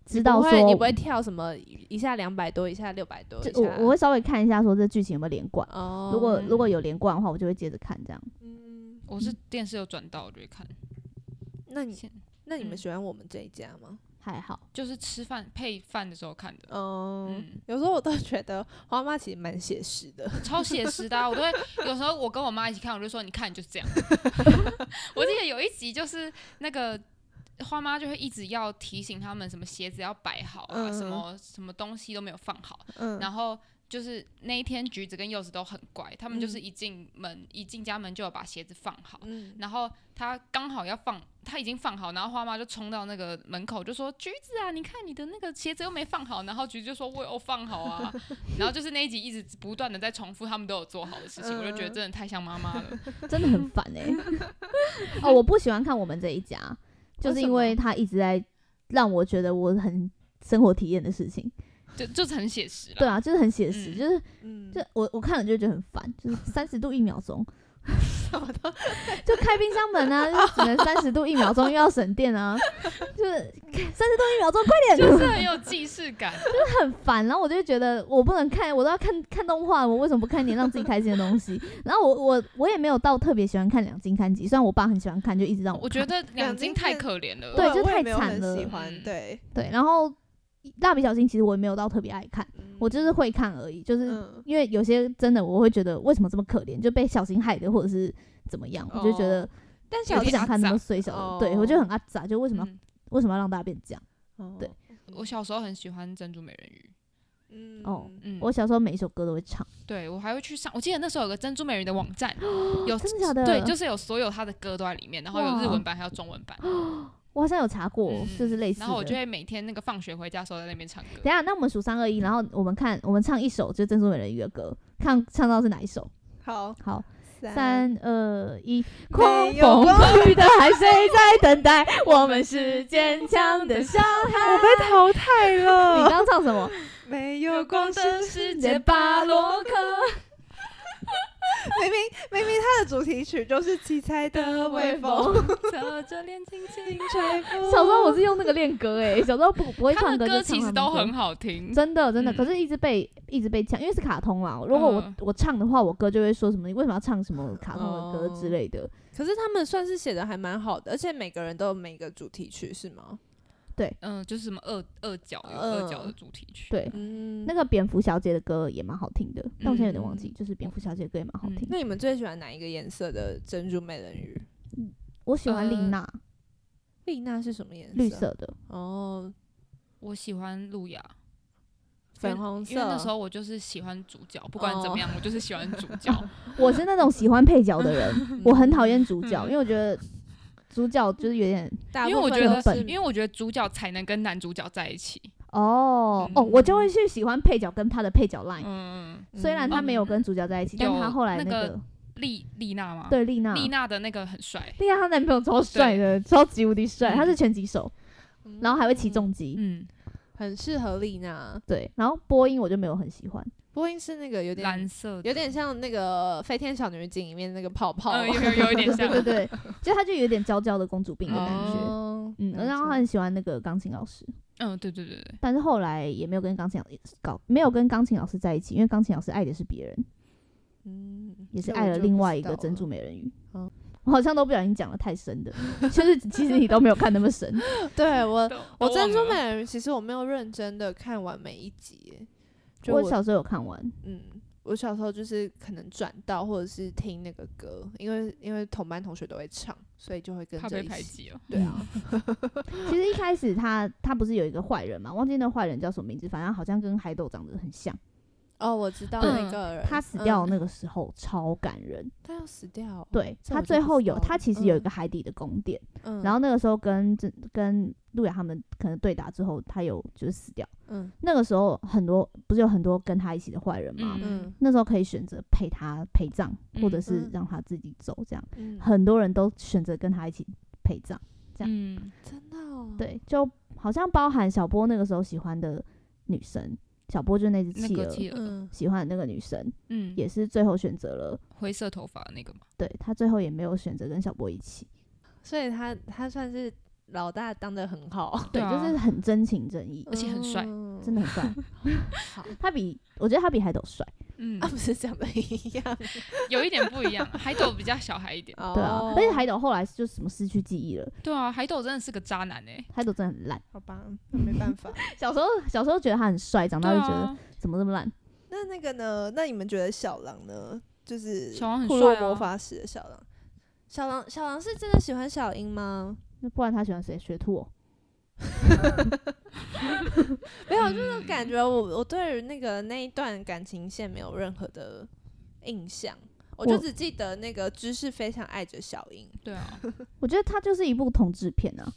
Speaker 3: 知
Speaker 1: 你
Speaker 3: 道
Speaker 1: 不
Speaker 3: 说
Speaker 1: 会你不会跳什么一下两百多，一下六百多，
Speaker 3: 就
Speaker 1: 一
Speaker 3: 我
Speaker 1: 下
Speaker 3: 我会稍微看一下说这剧情有没有连贯。
Speaker 1: 哦，
Speaker 3: 如果如
Speaker 2: 哦
Speaker 3: 果有连贯的话，我就会接着看这样。
Speaker 1: 嗯，
Speaker 2: 我是电视有转到，我就会看。
Speaker 1: 那你
Speaker 2: 现
Speaker 1: 那你们
Speaker 2: 嗯
Speaker 1: 喜欢我们这一家吗？
Speaker 3: 还好，
Speaker 2: 就是吃饭配饭的时候看的，
Speaker 1: 嗯，
Speaker 2: 嗯，
Speaker 1: 有时候我都觉得花妈其实蛮写实的，
Speaker 2: 超写实的、啊。我都会有时候我跟我妈一起看，我就说你看就是这样。 我记得有一集就是那个花妈就会一直要提醒他们什么鞋子要摆好啊，
Speaker 1: 嗯
Speaker 2: 什么什么东西都没有放好，
Speaker 1: 嗯，
Speaker 2: 然后。就是那一天，橘子跟柚子都很乖，他们就是
Speaker 1: 嗯
Speaker 2: 一进门、一进家门就有把鞋子放好，
Speaker 1: 嗯，
Speaker 2: 然后他刚好要放，他已经放好，然后花妈就冲到那个门口就说：“橘子啊，你看你的那个鞋子又没放好。”然后橘子就说：“我有放好 啊。”然后就是那一集一直不断的在重复他们都有做好的事情，我就觉得
Speaker 1: 嗯
Speaker 2: 真的太像妈妈了。
Speaker 3: 真的很烦哎、哦，我不喜欢看我们这一家，就
Speaker 1: 为
Speaker 3: 是
Speaker 1: 什
Speaker 3: 因
Speaker 1: 么
Speaker 3: 为他一直在让我觉得我很生活体验的事情。
Speaker 2: 就就是很写实
Speaker 3: 对
Speaker 2: 了。
Speaker 3: 啊，就是很写实，
Speaker 2: 嗯
Speaker 3: 就是
Speaker 1: 嗯，
Speaker 3: 就我我看了就觉得很烦，就是 三十度一秒钟，
Speaker 1: 什么 都
Speaker 3: 就开冰箱门啊，就只能三十度一秒钟，又要省电啊，就是三十度一秒钟，快点，
Speaker 2: 就是很有既视感，
Speaker 3: 很烦，然后我就觉得我不能看，我都要看看动画，我为什么不看点让自己开心的东西？然后我我我也没有到特别喜欢看两金刊集，虽然我爸很喜欢看，就一直让我
Speaker 2: 我觉
Speaker 3: 看
Speaker 2: 得 两
Speaker 1: 金
Speaker 2: 金太
Speaker 1: 看
Speaker 2: 可 怜了。
Speaker 3: 对
Speaker 1: 我
Speaker 3: 就
Speaker 1: 我也
Speaker 3: 太
Speaker 1: 没有
Speaker 3: 惨
Speaker 1: 很喜
Speaker 3: 了
Speaker 1: 欢，
Speaker 2: 嗯
Speaker 1: 对，
Speaker 3: 对。然后蜡笔小新其实我也没有到特别爱看，嗯我就是会看而已，就是
Speaker 1: 嗯
Speaker 3: 因为有些真的我会觉得为什么这么可怜，就被小新害的，或者是怎么样，我就觉得
Speaker 1: 哦但
Speaker 3: 我
Speaker 1: 小
Speaker 3: 不
Speaker 2: 点
Speaker 1: 新
Speaker 3: 想看那么碎小
Speaker 1: 哦
Speaker 3: 的，对我就很阿杂，哦就为什么要
Speaker 2: 嗯
Speaker 3: 为什么要让大家变这样？对，
Speaker 2: 我小时候很喜欢珍珠美人鱼，
Speaker 1: 嗯
Speaker 3: 哦
Speaker 2: 嗯，
Speaker 3: 我小时候每一首歌都会唱，
Speaker 2: 对我还会去上，我记得那时候有个珍珠美人鱼的网站， 有
Speaker 3: 真的假的？
Speaker 2: 对，就是有所有他的歌都在里面，然后有
Speaker 3: 哇
Speaker 2: 日文版还有中文版。
Speaker 3: 我好像有查过，就是类似的。
Speaker 2: 然后我就会每天那个放学回家的时候在那边唱歌。
Speaker 3: 等一下，那我们数三二一，然后我们看，我们唱一首就是珍珠美人鱼的歌，看唱到是哪一首？
Speaker 1: 好，
Speaker 3: 好，
Speaker 1: 三
Speaker 3: 三二一，狂
Speaker 1: 没有
Speaker 3: 风
Speaker 1: 光
Speaker 3: 雨的海水在等待，我们 是坚强的小孩。
Speaker 1: 我被淘汰
Speaker 3: 你
Speaker 1: 了，
Speaker 3: 刚刚唱什么？
Speaker 1: 没有光是
Speaker 2: 世
Speaker 3: 杰巴洛克，
Speaker 1: 明明明明它的主题曲就是《七彩的微风》，
Speaker 2: 扯着脸轻轻。
Speaker 1: 吹拂。
Speaker 3: 小时候我是用那个练歌诶、小时候不不会
Speaker 2: 他
Speaker 3: 唱
Speaker 2: 的
Speaker 3: 歌，
Speaker 2: 歌
Speaker 3: 就
Speaker 2: 其实
Speaker 3: 唱他们
Speaker 2: 都
Speaker 3: 的歌
Speaker 2: 很好听，
Speaker 3: 真的真的，
Speaker 2: 嗯
Speaker 3: 可是一直被一直被呛，因为是卡通嘛。如果我、
Speaker 2: 嗯
Speaker 3: 我唱的话，我哥就会说什么你为什么要唱什么卡通的歌之类的。
Speaker 2: 哦
Speaker 1: 可是他们算是写的还蛮好的，而且每个人都有每个主题曲是吗？
Speaker 2: 嗯，就是什么二二角有
Speaker 1: 嗯
Speaker 2: 二角的主题曲，
Speaker 3: 对，
Speaker 1: 嗯
Speaker 3: 那个蝙蝠小姐的歌也蛮好听
Speaker 2: 嗯
Speaker 3: 的，但我现在有点忘记，就是蝙蝠小姐的歌也蛮好听。
Speaker 1: 那你们最喜欢哪一个颜色的珍珠美人鱼？
Speaker 3: 我喜欢丽娜，
Speaker 1: 丽娜是什么
Speaker 2: 呃
Speaker 1: 颜色？
Speaker 3: 绿色的，
Speaker 1: 哦，
Speaker 2: 我喜欢路亚，
Speaker 1: 粉红色。哦
Speaker 2: 因为那时候我就是喜欢主角，不管怎么样，我就是喜欢主角。
Speaker 3: 我是那种喜欢配角 的人，我很讨厌主角，
Speaker 2: 嗯
Speaker 3: 因为我觉得主角就是 有点
Speaker 1: 大
Speaker 2: 因为
Speaker 1: 部
Speaker 2: 我
Speaker 1: 分
Speaker 2: 觉
Speaker 1: 都
Speaker 2: 得
Speaker 1: 是，
Speaker 3: 是
Speaker 2: 因为我觉得主角才能跟男主角在一起。
Speaker 3: 哦哦，
Speaker 2: 嗯
Speaker 3: 我就会去喜欢配角跟他的配角 line，
Speaker 2: 嗯，
Speaker 3: 虽然他没有跟主角在一起，但
Speaker 2: 有
Speaker 3: 他后来
Speaker 2: 那
Speaker 3: 个
Speaker 2: 个丽丽娜吗？，
Speaker 3: 对丽娜，
Speaker 2: 丽娜的那个很帅。
Speaker 3: 丽娜她男朋友超帅的，超级无敌帅，
Speaker 2: 嗯
Speaker 3: 他是拳击手，
Speaker 1: 嗯
Speaker 3: 然后还会起，重机，
Speaker 2: 嗯，
Speaker 1: 很适合丽娜。
Speaker 3: 对，然后波音我就没有很喜欢，
Speaker 1: 波音是那个有点
Speaker 2: 蓝色的
Speaker 1: 有点像那个《飞天小女警》里面那个泡啊泡，
Speaker 2: 嗯，有有有 一点像，
Speaker 3: 对对对，就他就有点娇娇的公主病的感觉。
Speaker 1: 哦
Speaker 3: 嗯，
Speaker 1: 了解
Speaker 3: 然后他很喜欢那个钢琴老师，
Speaker 2: 嗯，对对对对，
Speaker 3: 但是后来也没有跟钢琴老师搞，没有跟钢琴老师在一起，因为钢琴老师爱的是别人，
Speaker 1: 嗯，
Speaker 3: 也是
Speaker 1: 这
Speaker 3: 爱
Speaker 1: 我
Speaker 3: 了
Speaker 1: 就
Speaker 3: 另
Speaker 1: 不
Speaker 3: 外
Speaker 1: 知
Speaker 3: 一个
Speaker 1: 道
Speaker 3: 珍
Speaker 1: 了
Speaker 3: 珠美人鱼
Speaker 1: 哦。
Speaker 3: 我好像都不小心讲的太深的， 就是其实你都没有看那么深，
Speaker 1: 对
Speaker 3: 呃
Speaker 1: 我，
Speaker 2: 都
Speaker 1: 我
Speaker 2: 都
Speaker 1: 珍珠
Speaker 2: 忘
Speaker 1: 美
Speaker 2: 了
Speaker 1: 人鱼其实我没有认真的看完每一集耶， 就
Speaker 3: 我
Speaker 1: 我
Speaker 3: 小时候有看完，
Speaker 1: 嗯，我小时候就是可能转到或者是听那个歌，因为因为同班同学都会唱，所以就会跟
Speaker 2: 怕
Speaker 1: 着
Speaker 2: 被
Speaker 1: 一
Speaker 2: 排
Speaker 1: 起。
Speaker 2: 挤了。
Speaker 1: 对啊，
Speaker 3: 嗯其实一开始他他不是有一个坏人嘛，忘记那坏人叫什么名字，反正好像跟海斗长得很像。
Speaker 1: 哦，我知道
Speaker 2: 对
Speaker 1: 那个人，
Speaker 3: 嗯
Speaker 1: 嗯
Speaker 3: 他死掉的那个时候、超感人，
Speaker 1: 他要死掉哦，
Speaker 3: 对
Speaker 1: 这
Speaker 3: 他
Speaker 1: 我就
Speaker 3: 最
Speaker 1: 不
Speaker 3: 后
Speaker 1: 知
Speaker 3: 有
Speaker 1: 道
Speaker 3: 他
Speaker 1: 了
Speaker 3: 其实有一
Speaker 1: 嗯
Speaker 3: 个海底的宫殿，
Speaker 1: 嗯，
Speaker 3: 然后那个时候跟这跟路亚他们可能对打之后，他有就是死掉。
Speaker 1: 嗯
Speaker 3: 那个时候很多不是有很多跟他一起的坏人嘛，
Speaker 1: 嗯
Speaker 3: 那时候可以选择陪他陪葬，或者是
Speaker 1: 嗯
Speaker 3: 让他自己走，这样、
Speaker 1: 嗯，
Speaker 3: 很多人都选择跟他一起陪葬。这样
Speaker 2: 嗯，
Speaker 1: 真的哦，
Speaker 3: 对，就好像包含小波那个时候喜欢的女生，小波就是那只
Speaker 2: 那
Speaker 3: 企
Speaker 2: 个
Speaker 3: 鹅
Speaker 2: 企鹅，
Speaker 1: 嗯，
Speaker 3: 喜欢的那个女生，
Speaker 2: 嗯，
Speaker 3: 也是最后选择了，
Speaker 2: 灰色头发的那个嘛，
Speaker 3: 对她最后也没有选择跟小波一起，
Speaker 1: 所以他他算是老大当的很好，
Speaker 2: 对
Speaker 3: 对，
Speaker 2: 啊
Speaker 3: 就是很真情真意，
Speaker 2: 而且很帅
Speaker 1: 嗯
Speaker 3: 真的 很帅。
Speaker 1: 好
Speaker 3: 他比我觉得他比海斗帅，
Speaker 2: 嗯
Speaker 1: 啊，，不是讲的一 样
Speaker 2: 有一点不一样，海斗比较小孩一点，
Speaker 1: 哦
Speaker 3: 对啊，而且海斗后来就什么失去记忆了，
Speaker 2: 对啊，海斗真的是个渣男哎，
Speaker 3: 海斗真的很烂。
Speaker 1: 好吧，那没办法。
Speaker 3: 小时候小时候觉得他很帅，长大
Speaker 2: 对
Speaker 3: 就觉得
Speaker 2: 啊，
Speaker 3: 怎么这么烂。
Speaker 1: 那那个呢？那你们觉得小狼呢？就是
Speaker 2: 小狼很
Speaker 1: 库
Speaker 2: 帅
Speaker 1: 洛
Speaker 2: 啊
Speaker 1: 魔法使的小狼。小狼，小狼是真的喜欢小樱吗？
Speaker 3: 那不然他喜欢谁？学兔哦，
Speaker 1: 没有，就是
Speaker 3: 嗯
Speaker 1: 感觉我我对于那个那一段感情线没有任何的印象，我就
Speaker 3: 我
Speaker 1: 只记得那个芝士非常爱着小樱。
Speaker 2: 对啊，
Speaker 3: 我觉得他就是一部同志片啊。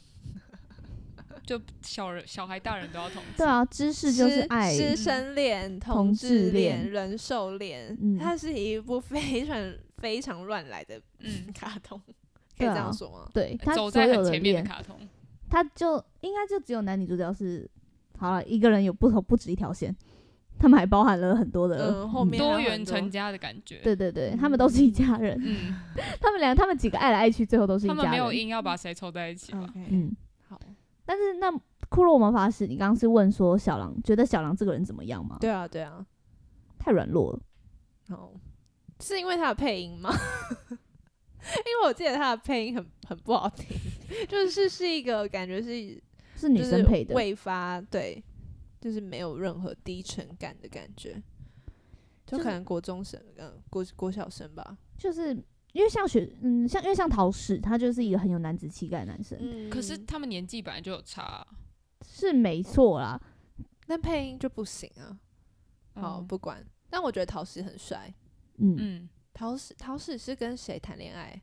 Speaker 2: 就小人小孩大人都要同志
Speaker 3: 对，啊，知识就是
Speaker 1: 师
Speaker 3: 爱，嗯
Speaker 1: 师生恋、同
Speaker 3: 同
Speaker 1: 志
Speaker 3: 志
Speaker 1: 恋、
Speaker 3: 恋
Speaker 1: 人兽恋，
Speaker 3: 嗯
Speaker 1: 它是一部非常非常乱来的
Speaker 2: 嗯，
Speaker 1: 卡通，可以
Speaker 3: 对
Speaker 1: 这
Speaker 3: 啊
Speaker 1: 样说吗？
Speaker 3: 对他
Speaker 2: 走
Speaker 3: 所
Speaker 2: 在
Speaker 3: 有
Speaker 2: 很
Speaker 3: 的
Speaker 2: 前面
Speaker 3: 恋
Speaker 2: 的，卡通，
Speaker 3: 他就应该就只有男女主角是好了，一个人有不同不止一条线，他们还包含了很多的
Speaker 2: 呃
Speaker 1: 嗯后面
Speaker 2: 多
Speaker 1: 还有很
Speaker 2: 元
Speaker 1: 多
Speaker 2: 成家的感觉，
Speaker 3: 对对对，他们都是一家人，
Speaker 2: 嗯，
Speaker 3: 他们俩他们几个爱来爱去，最后都是一
Speaker 2: 他
Speaker 3: 家人。
Speaker 2: 们没有硬要把谁凑在一起吧，
Speaker 1: OK，
Speaker 3: 嗯，
Speaker 1: 好，
Speaker 3: 但是那骷髅魔法使，你刚刚是问说小狼觉得小狼这个人怎么样吗？
Speaker 1: 对啊，对啊，
Speaker 3: 太软弱了。
Speaker 1: 好，是因为它的配音吗？ 因为我记得它的配音很很不好听， 就是是一个感觉是
Speaker 3: 是女生配
Speaker 1: 就是
Speaker 3: 的，
Speaker 1: 未发对，就是没有任何低沉感的感觉，就
Speaker 3: 就是
Speaker 1: 可能国中生，嗯，国国小生吧，
Speaker 3: 就是因为像雪，嗯，像因为像桃矢，他就是一个很有男子气概的男生，
Speaker 1: 嗯
Speaker 2: 可是他们年纪本来就有差啊，
Speaker 3: 是没错啦。
Speaker 1: 那配音就不行啊。好，
Speaker 2: 嗯
Speaker 1: 不管，但我觉得陶石很帅。
Speaker 3: 嗯，
Speaker 2: 嗯，
Speaker 1: 陶石，陶石是跟谁谈恋爱？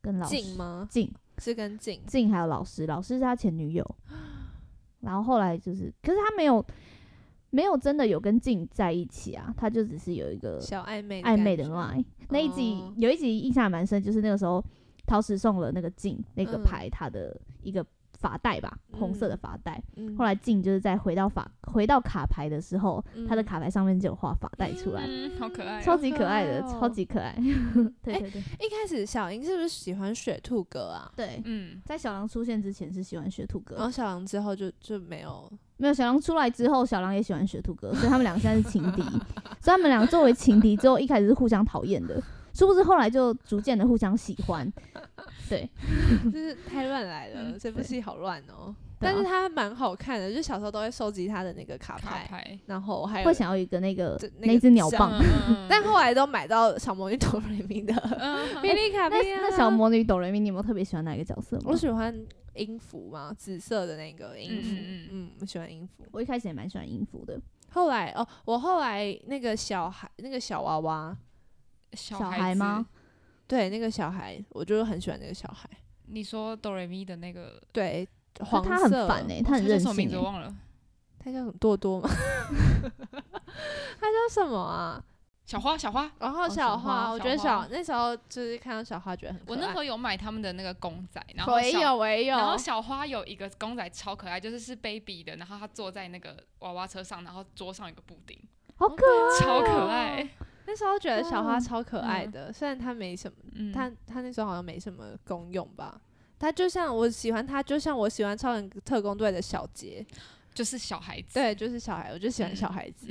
Speaker 3: 跟老
Speaker 1: 静
Speaker 3: 师
Speaker 1: 吗？
Speaker 3: 静
Speaker 1: 是跟静。
Speaker 3: 静还有老师，老师是他前女友， 然后后来就是，可是他没有没有真的有跟静在一起啊，他就只是有一个
Speaker 1: 小暧昧
Speaker 3: 呃暧昧
Speaker 1: 感
Speaker 3: 的
Speaker 1: 觉
Speaker 3: line。那一集、
Speaker 1: 哦
Speaker 3: 有一集印象还蛮深，就是那个时候陶石送了那个静那个牌，他的一个发带吧，红色的发带。
Speaker 1: 嗯嗯
Speaker 3: 后来静就是在回到法回到卡牌的时候，
Speaker 1: 嗯
Speaker 3: 他的卡牌上面就有画发带出来，
Speaker 2: 嗯好可爱哦
Speaker 3: 超级可爱的，
Speaker 1: 好可爱哦哎
Speaker 3: 超级可爱。 对对对、
Speaker 1: 一开始小樱是不是喜欢雪兔哥啊？
Speaker 3: 对，
Speaker 2: 嗯，
Speaker 3: 在小狼出现之前是喜欢雪兔哥，
Speaker 1: 然后小狼之后就就没有，
Speaker 3: 没有小狼出来之后，小狼也喜欢雪兔哥，所以他们两个现在是情敌， 所以他们两个作为情敌之后，一开始是互相讨厌的，殊不知后来就逐渐的互相喜欢。对，
Speaker 1: 就是太乱来了。
Speaker 2: 嗯
Speaker 1: 这部
Speaker 3: 对
Speaker 1: 戏好乱哦，
Speaker 3: 对啊
Speaker 1: 但是它蛮好看的，就小时候都会收集它的那个卡
Speaker 2: 卡
Speaker 1: 牌，
Speaker 2: 牌，
Speaker 1: 然后还有
Speaker 3: 会，想要一个那个
Speaker 1: 这那个
Speaker 3: 那只鸟
Speaker 1: 小
Speaker 3: 棒，
Speaker 2: 嗯
Speaker 1: 但后来都买到小魔女哆瑞咪的
Speaker 2: 嗯
Speaker 1: 霹雳卡
Speaker 3: 哎那
Speaker 1: 片啊。
Speaker 3: 那小魔女哆瑞咪，你有没有特别喜欢哪一个角色吗？
Speaker 1: 我喜欢音符嘛，紫色的那个音符，
Speaker 2: 嗯嗯嗯
Speaker 1: 嗯，我喜欢音符。
Speaker 3: 我一开始也蛮喜欢音符的，
Speaker 1: 后来哦，我后来那个小孩，那个小娃娃，
Speaker 2: 小
Speaker 3: 小
Speaker 2: 孩
Speaker 3: 孩
Speaker 2: 子
Speaker 3: 吗？
Speaker 1: 对，那个小孩，我就是很喜欢那个小孩，
Speaker 2: 你说哆瑞咪的那个，哦
Speaker 1: 对，黄
Speaker 3: 可
Speaker 1: 色，
Speaker 3: 是他很烦哎、他
Speaker 2: 他
Speaker 3: 很
Speaker 2: 叫
Speaker 3: 任
Speaker 2: 什么名字
Speaker 3: 性、
Speaker 2: 我
Speaker 3: 欸。
Speaker 2: 忘了，
Speaker 1: 他叫什么多多吗？ 他叫什么啊？
Speaker 2: 小花小花，
Speaker 1: 然后小
Speaker 3: 小花
Speaker 1: 花，我觉得
Speaker 2: 小
Speaker 1: 小
Speaker 2: 花
Speaker 1: 那时候就是看到小花觉得很可
Speaker 2: 我
Speaker 1: 爱。
Speaker 2: 那时候有买他们的那个公仔，然后
Speaker 1: 我也
Speaker 2: 小
Speaker 1: 有，我也有，
Speaker 2: 然后小花有一个公仔超可爱，就是是 baby 的，然后她坐在那个娃娃车上，然后桌上有个布丁，
Speaker 3: 好可
Speaker 2: 超可爱。
Speaker 1: 那时候觉得小花
Speaker 3: 哦
Speaker 1: 超可爱的，虽然她没什么，
Speaker 2: 嗯，
Speaker 1: 她她那时候好像没什么功用吧。她就像我喜欢她，就像我喜欢超人特工队的小杰，
Speaker 2: 就是小孩子，
Speaker 1: 对，就是小孩，我就喜欢
Speaker 2: 嗯
Speaker 1: 小孩子，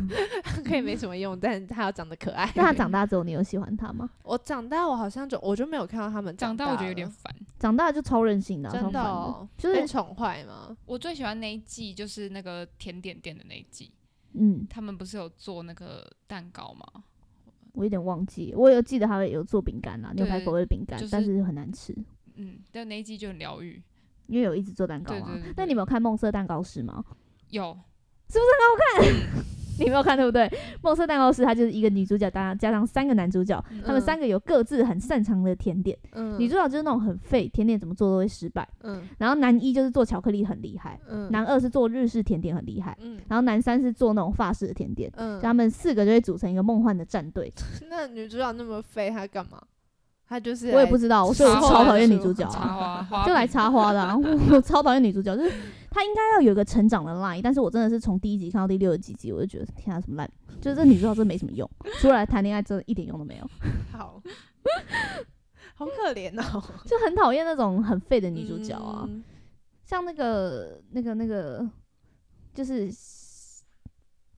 Speaker 1: 可以没什么用，但是他要长得可爱。
Speaker 3: 那他长大之后，你有喜欢他吗？
Speaker 1: 我长大，我好像就我就没有看到他们
Speaker 2: 长
Speaker 1: 大
Speaker 2: 大呃
Speaker 1: 了，
Speaker 2: 我觉得有点烦。
Speaker 3: 长大就超任性的啊、超
Speaker 1: 真
Speaker 3: 烦的
Speaker 1: 哦，
Speaker 3: 就是
Speaker 1: 被宠坏吗？
Speaker 2: 我最喜欢那一季就是那个甜点店的那一季，
Speaker 3: 嗯，
Speaker 2: 他们不是有做那个蛋糕吗？
Speaker 3: 我有点忘记，我有记得他有做饼干啦，啊
Speaker 2: 对
Speaker 3: 牛排口味的饼干，
Speaker 2: 就是
Speaker 3: 但是很难吃，
Speaker 2: 嗯，但那一季就很疗愈。
Speaker 3: 因为有一直做蛋糕嘛。
Speaker 2: 对对对对
Speaker 3: 那你没有看《梦色蛋糕师》吗？
Speaker 2: 有，
Speaker 3: 你没有看对不对？《梦色蛋糕师》它就是一个女主角加加上三个男主角，
Speaker 2: 嗯
Speaker 3: 他们三个有各自很擅长的甜点。
Speaker 1: 嗯，
Speaker 3: 女主角就是那种很废，甜点怎么做都会失败。
Speaker 1: 嗯
Speaker 3: 然后男一就是做巧克力很厉害，
Speaker 1: 嗯
Speaker 3: 男二是做日式甜点很厉害，
Speaker 1: 嗯
Speaker 3: 然后男三是做那种法式的甜点。
Speaker 1: 嗯，
Speaker 3: 他们四个就会组成一个梦幻的战队。
Speaker 1: 那女主角那么飞，她干嘛？她就是
Speaker 3: 我也
Speaker 1: 来
Speaker 3: 不知道，我所以我
Speaker 2: 插花
Speaker 3: 超讨厌
Speaker 1: 的
Speaker 3: 女主 角、
Speaker 1: 是吗
Speaker 3: 啊，
Speaker 2: 插花花
Speaker 3: 就来
Speaker 2: 瓶
Speaker 3: 插花的啊、然后我超讨厌女主角，就是他应该要有一个成长的 line，但是我真的是从第一集看到第六十几集，我就觉得天啊，什么烂，就是这女主角真没什么用，出来谈恋爱真的一点用都没有，
Speaker 1: 好， 好可怜哦，
Speaker 3: 就很讨厌那种很废的 女主角啊。
Speaker 1: 嗯，
Speaker 3: 像那个那个那个，就是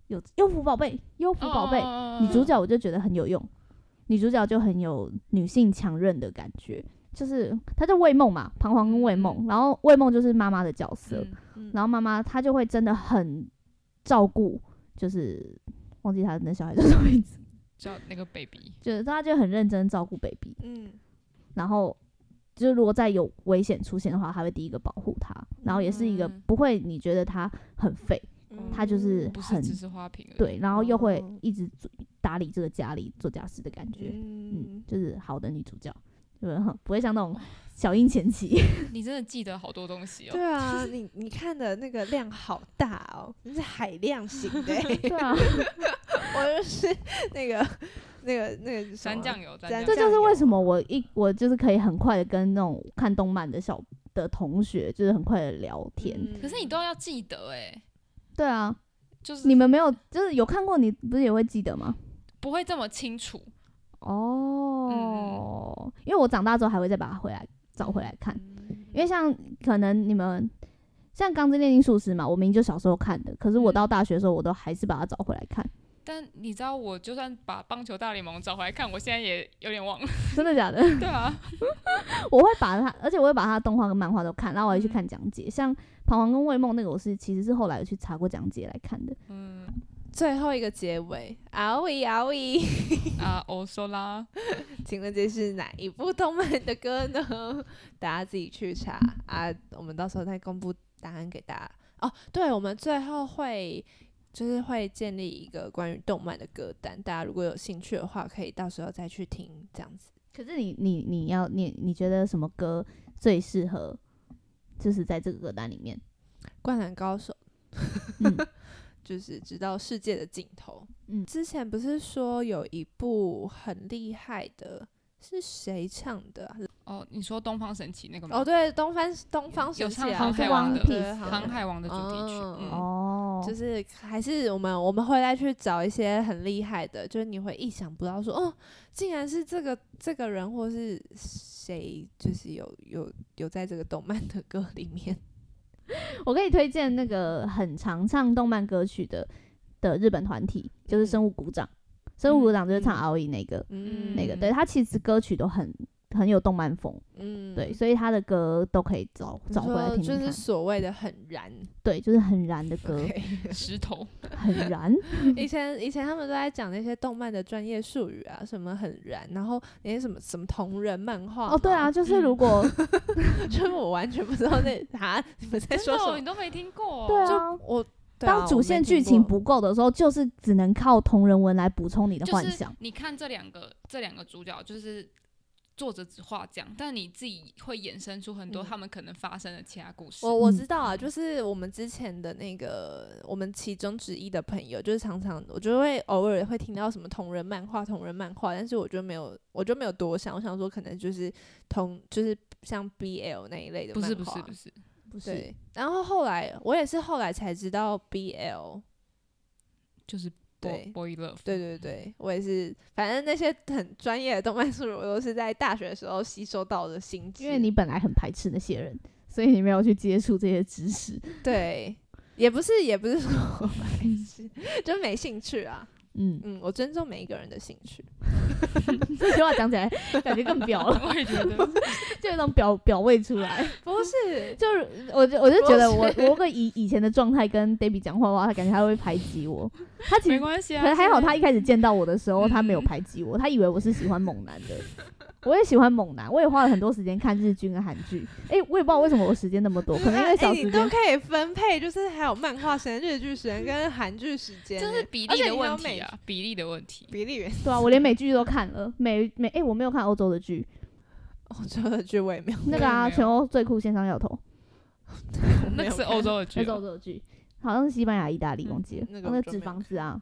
Speaker 3: 有优福宝贝，优福宝
Speaker 2: 哦
Speaker 3: 贝、女
Speaker 2: 嗯
Speaker 3: 主角我就觉得很有用，女主角就很有女性强韧的感觉，就是她叫魏梦嘛，彷徨跟魏梦，然后魏梦就是妈妈的角色，
Speaker 2: 嗯
Speaker 1: 嗯
Speaker 3: 然后妈妈她就会真的很照顾，就是忘记她那小孩叫什么名字，
Speaker 2: 叫那个 baby，
Speaker 3: 就是她就很认真照顾 baby，
Speaker 1: 嗯，
Speaker 3: 然后就是如果再有危险出现的话，他会第一个保护他，然后也是一个
Speaker 2: 嗯
Speaker 3: 不会你觉得他很废，
Speaker 1: 嗯
Speaker 3: 她就是
Speaker 2: 不是
Speaker 3: 很
Speaker 2: 只是花瓶而已。
Speaker 3: 对，然后又会
Speaker 1: 哦
Speaker 3: 一直做打理这个家里做家事的感觉，嗯
Speaker 1: 嗯，，
Speaker 3: 就是好的女主角，对，哼 不会像那种小樱前期，
Speaker 2: 嗯你真的记得好多东西哦。
Speaker 1: 对啊，你你看的那个量好大哦，你是海量型的欸、
Speaker 3: 对啊，
Speaker 1: 我就是那个那个那个
Speaker 2: 沾酱油，沾
Speaker 1: 沾
Speaker 2: 酱
Speaker 3: 这
Speaker 2: 油。
Speaker 3: 就是为什么我一我就是可以很快的跟那种看动漫的小的同学，就是很快的聊天，
Speaker 1: 嗯
Speaker 2: 可是你都要记得哎，
Speaker 3: 对啊，
Speaker 2: 就是
Speaker 3: 你们没有就是有看过，你不是也会记得吗？
Speaker 2: 不会这么清楚。
Speaker 1: 嗯
Speaker 3: 哦，因为我长大之后还会再把它回来找回来看，
Speaker 1: 嗯
Speaker 3: 因为
Speaker 2: 为
Speaker 3: 像可能你们像《钢之炼金术师》嘛，我明明就小时候看的，可是我
Speaker 2: 嗯
Speaker 3: 到大学的时候，我都还是把它找回来 看，
Speaker 2: 但你知道，我就算把棒球大联盟找回来看，我现在也有 点忘了。
Speaker 3: 真的假的？
Speaker 2: 对啊，
Speaker 3: 我会把它，而且我会把它的动画跟漫画都看，然后我还去
Speaker 2: 嗯
Speaker 3: 看讲解，像《彷徨跟魏梦》那个，我是其实是后来有去查过讲解来看的，
Speaker 2: 嗯
Speaker 1: 最后一个结尾，啊喂啊喂，
Speaker 2: 啊，欧索拉，
Speaker 1: 请问这是哪一部动漫的歌呢？大家自己去查啊，我们到时候再公布答案给大家。哦，对，我们最后会就是会建立一个关于动漫的歌单，大家如果有兴趣的话，可以到时候再去听这样子。
Speaker 3: 可是你你你要你你觉得什么歌最适合？就是在这个歌单里面，
Speaker 1: 灌篮高手，
Speaker 3: 嗯
Speaker 1: 就是直到世界的尽头。
Speaker 3: 嗯
Speaker 1: 之前不是说有一部很厉害的，是谁唱的啊、
Speaker 2: 哦，你说东方神起那个吗？
Speaker 1: 哦，对，东方东方
Speaker 2: 有
Speaker 1: 神起
Speaker 2: 唱《
Speaker 1: 啊，
Speaker 2: 航
Speaker 3: 海
Speaker 2: 海
Speaker 3: 王
Speaker 2: 王》
Speaker 3: 的
Speaker 2: 的
Speaker 1: 对
Speaker 2: 《
Speaker 1: 航
Speaker 2: 航海王》的主题曲，
Speaker 1: 嗯
Speaker 2: 嗯，
Speaker 3: 哦，
Speaker 1: 就是还是我们我们会再去找一些很厉害的，就是你会意想不到说，哦，竟然是这个这个人或是谁，就是有有有在这个动漫的歌里面。
Speaker 3: 我可以推荐那个很常唱动漫歌曲的的日本团体，就是生物鼓掌。生物鼓掌就是唱
Speaker 1: 嗯
Speaker 3: 《奥义》那个、
Speaker 1: 嗯，
Speaker 3: 那个，
Speaker 2: 嗯
Speaker 3: 对他其实歌曲都很很有动漫风，
Speaker 1: 嗯，
Speaker 3: 对，所以他的歌都可以找
Speaker 1: 你
Speaker 3: 找回来
Speaker 1: 说
Speaker 3: 听
Speaker 1: 就
Speaker 3: 听
Speaker 1: 是
Speaker 3: 看。嗯
Speaker 1: 所谓的很燃
Speaker 3: 对，就是很燃的歌，
Speaker 1: ，OK。
Speaker 2: 嗯石头，
Speaker 3: 很 燃。
Speaker 1: 以前以前他们都在讲那些动漫的专业术语啊，什么很燃，然后那些什么什么同人漫画
Speaker 3: 哦，对啊，
Speaker 1: 嘛，
Speaker 3: 就是如果、
Speaker 1: 就是我完全不知道那啊你们在
Speaker 2: 真的
Speaker 1: 说什
Speaker 2: 哦
Speaker 1: 么，
Speaker 2: 你都没听过？
Speaker 3: 对
Speaker 1: 就
Speaker 3: 啊
Speaker 1: 我。对啊
Speaker 3: 当主线剧情，不够的时候，就是只能靠同人文来补充你的幻
Speaker 2: 就是
Speaker 3: 想。
Speaker 2: 你看这两个这两个主角，就是作者只画这样，但你自己会衍生出很多
Speaker 1: 嗯
Speaker 2: 他们可能发生的其他故事。
Speaker 1: 我没听过我我
Speaker 3: 嗯
Speaker 1: 知道啊，就是我们之前的那个我们其中之一的朋友，就是常常我就会偶尔会听到什么同人漫画、同人漫画，但是我就没有我就没有多想，我想说可能就是同就是像 BL 那一类的
Speaker 2: 不
Speaker 1: 漫画，
Speaker 2: 是不是不是，
Speaker 3: 不是，
Speaker 1: 对，然后后来我也是后来才知道 BL，
Speaker 2: 就是 boy,
Speaker 1: 对
Speaker 2: boy love，
Speaker 1: 对对对，我也是，反正那些很专业的动漫术语，我都是在大学的时候吸收到的新知。
Speaker 3: 因为你本来很排斥那些人，所以你没有去接触这些知识。
Speaker 1: 对，也不是也不是说我白
Speaker 2: 嗯
Speaker 1: 痴，就没兴趣啊。
Speaker 3: 嗯，
Speaker 1: 嗯，我尊重每一个人的兴趣。
Speaker 3: 这句话讲起来感觉更表了，
Speaker 2: 我也觉得
Speaker 3: 就有一种表表位出来。
Speaker 1: 不是，
Speaker 3: 就是我就我就觉得
Speaker 1: 不
Speaker 3: 我我跟以以前的状态跟 Debbie 讲话的话，他感觉他会排挤我。他其
Speaker 2: 没
Speaker 3: 实
Speaker 2: 关系啊。
Speaker 3: 可能还好，他
Speaker 2: 现
Speaker 3: 一开始见到我的时候，
Speaker 2: 嗯
Speaker 3: 他没有排挤我，他以为我是喜欢猛男的。我也喜欢猛男，我也花了很多时间看日剧跟韩剧。诶，我也不知道为什么 我时间那么多，可能因为
Speaker 1: 哎
Speaker 3: 少
Speaker 1: 你
Speaker 3: 时
Speaker 1: 都
Speaker 3: 间。
Speaker 1: 可以分配，就是还有漫画时间、日剧时间跟韩剧时间
Speaker 2: 在
Speaker 1: 呢，
Speaker 2: 这是比
Speaker 1: 而
Speaker 2: 例
Speaker 1: 且
Speaker 2: 的
Speaker 1: 你还有
Speaker 2: 问
Speaker 1: 美
Speaker 2: 题啊，比例的问题。
Speaker 1: 比例原
Speaker 3: 对啊，我连美剧都看了，美美诶，我没有看欧洲的剧，
Speaker 1: 欧洲的剧我也 没有，
Speaker 3: 那个啊，
Speaker 2: 没有
Speaker 3: 全欧最酷线上要头，
Speaker 1: 没
Speaker 2: 那
Speaker 1: 有
Speaker 2: 是
Speaker 1: 看
Speaker 2: 欧洲的剧
Speaker 3: 那是欧
Speaker 2: 哦，
Speaker 3: 洲的剧，好像是西班牙、意大利，忘记了
Speaker 1: 嗯，那个
Speaker 3: 那个
Speaker 1: 我就没
Speaker 3: 纸
Speaker 1: 有
Speaker 3: 房子啊，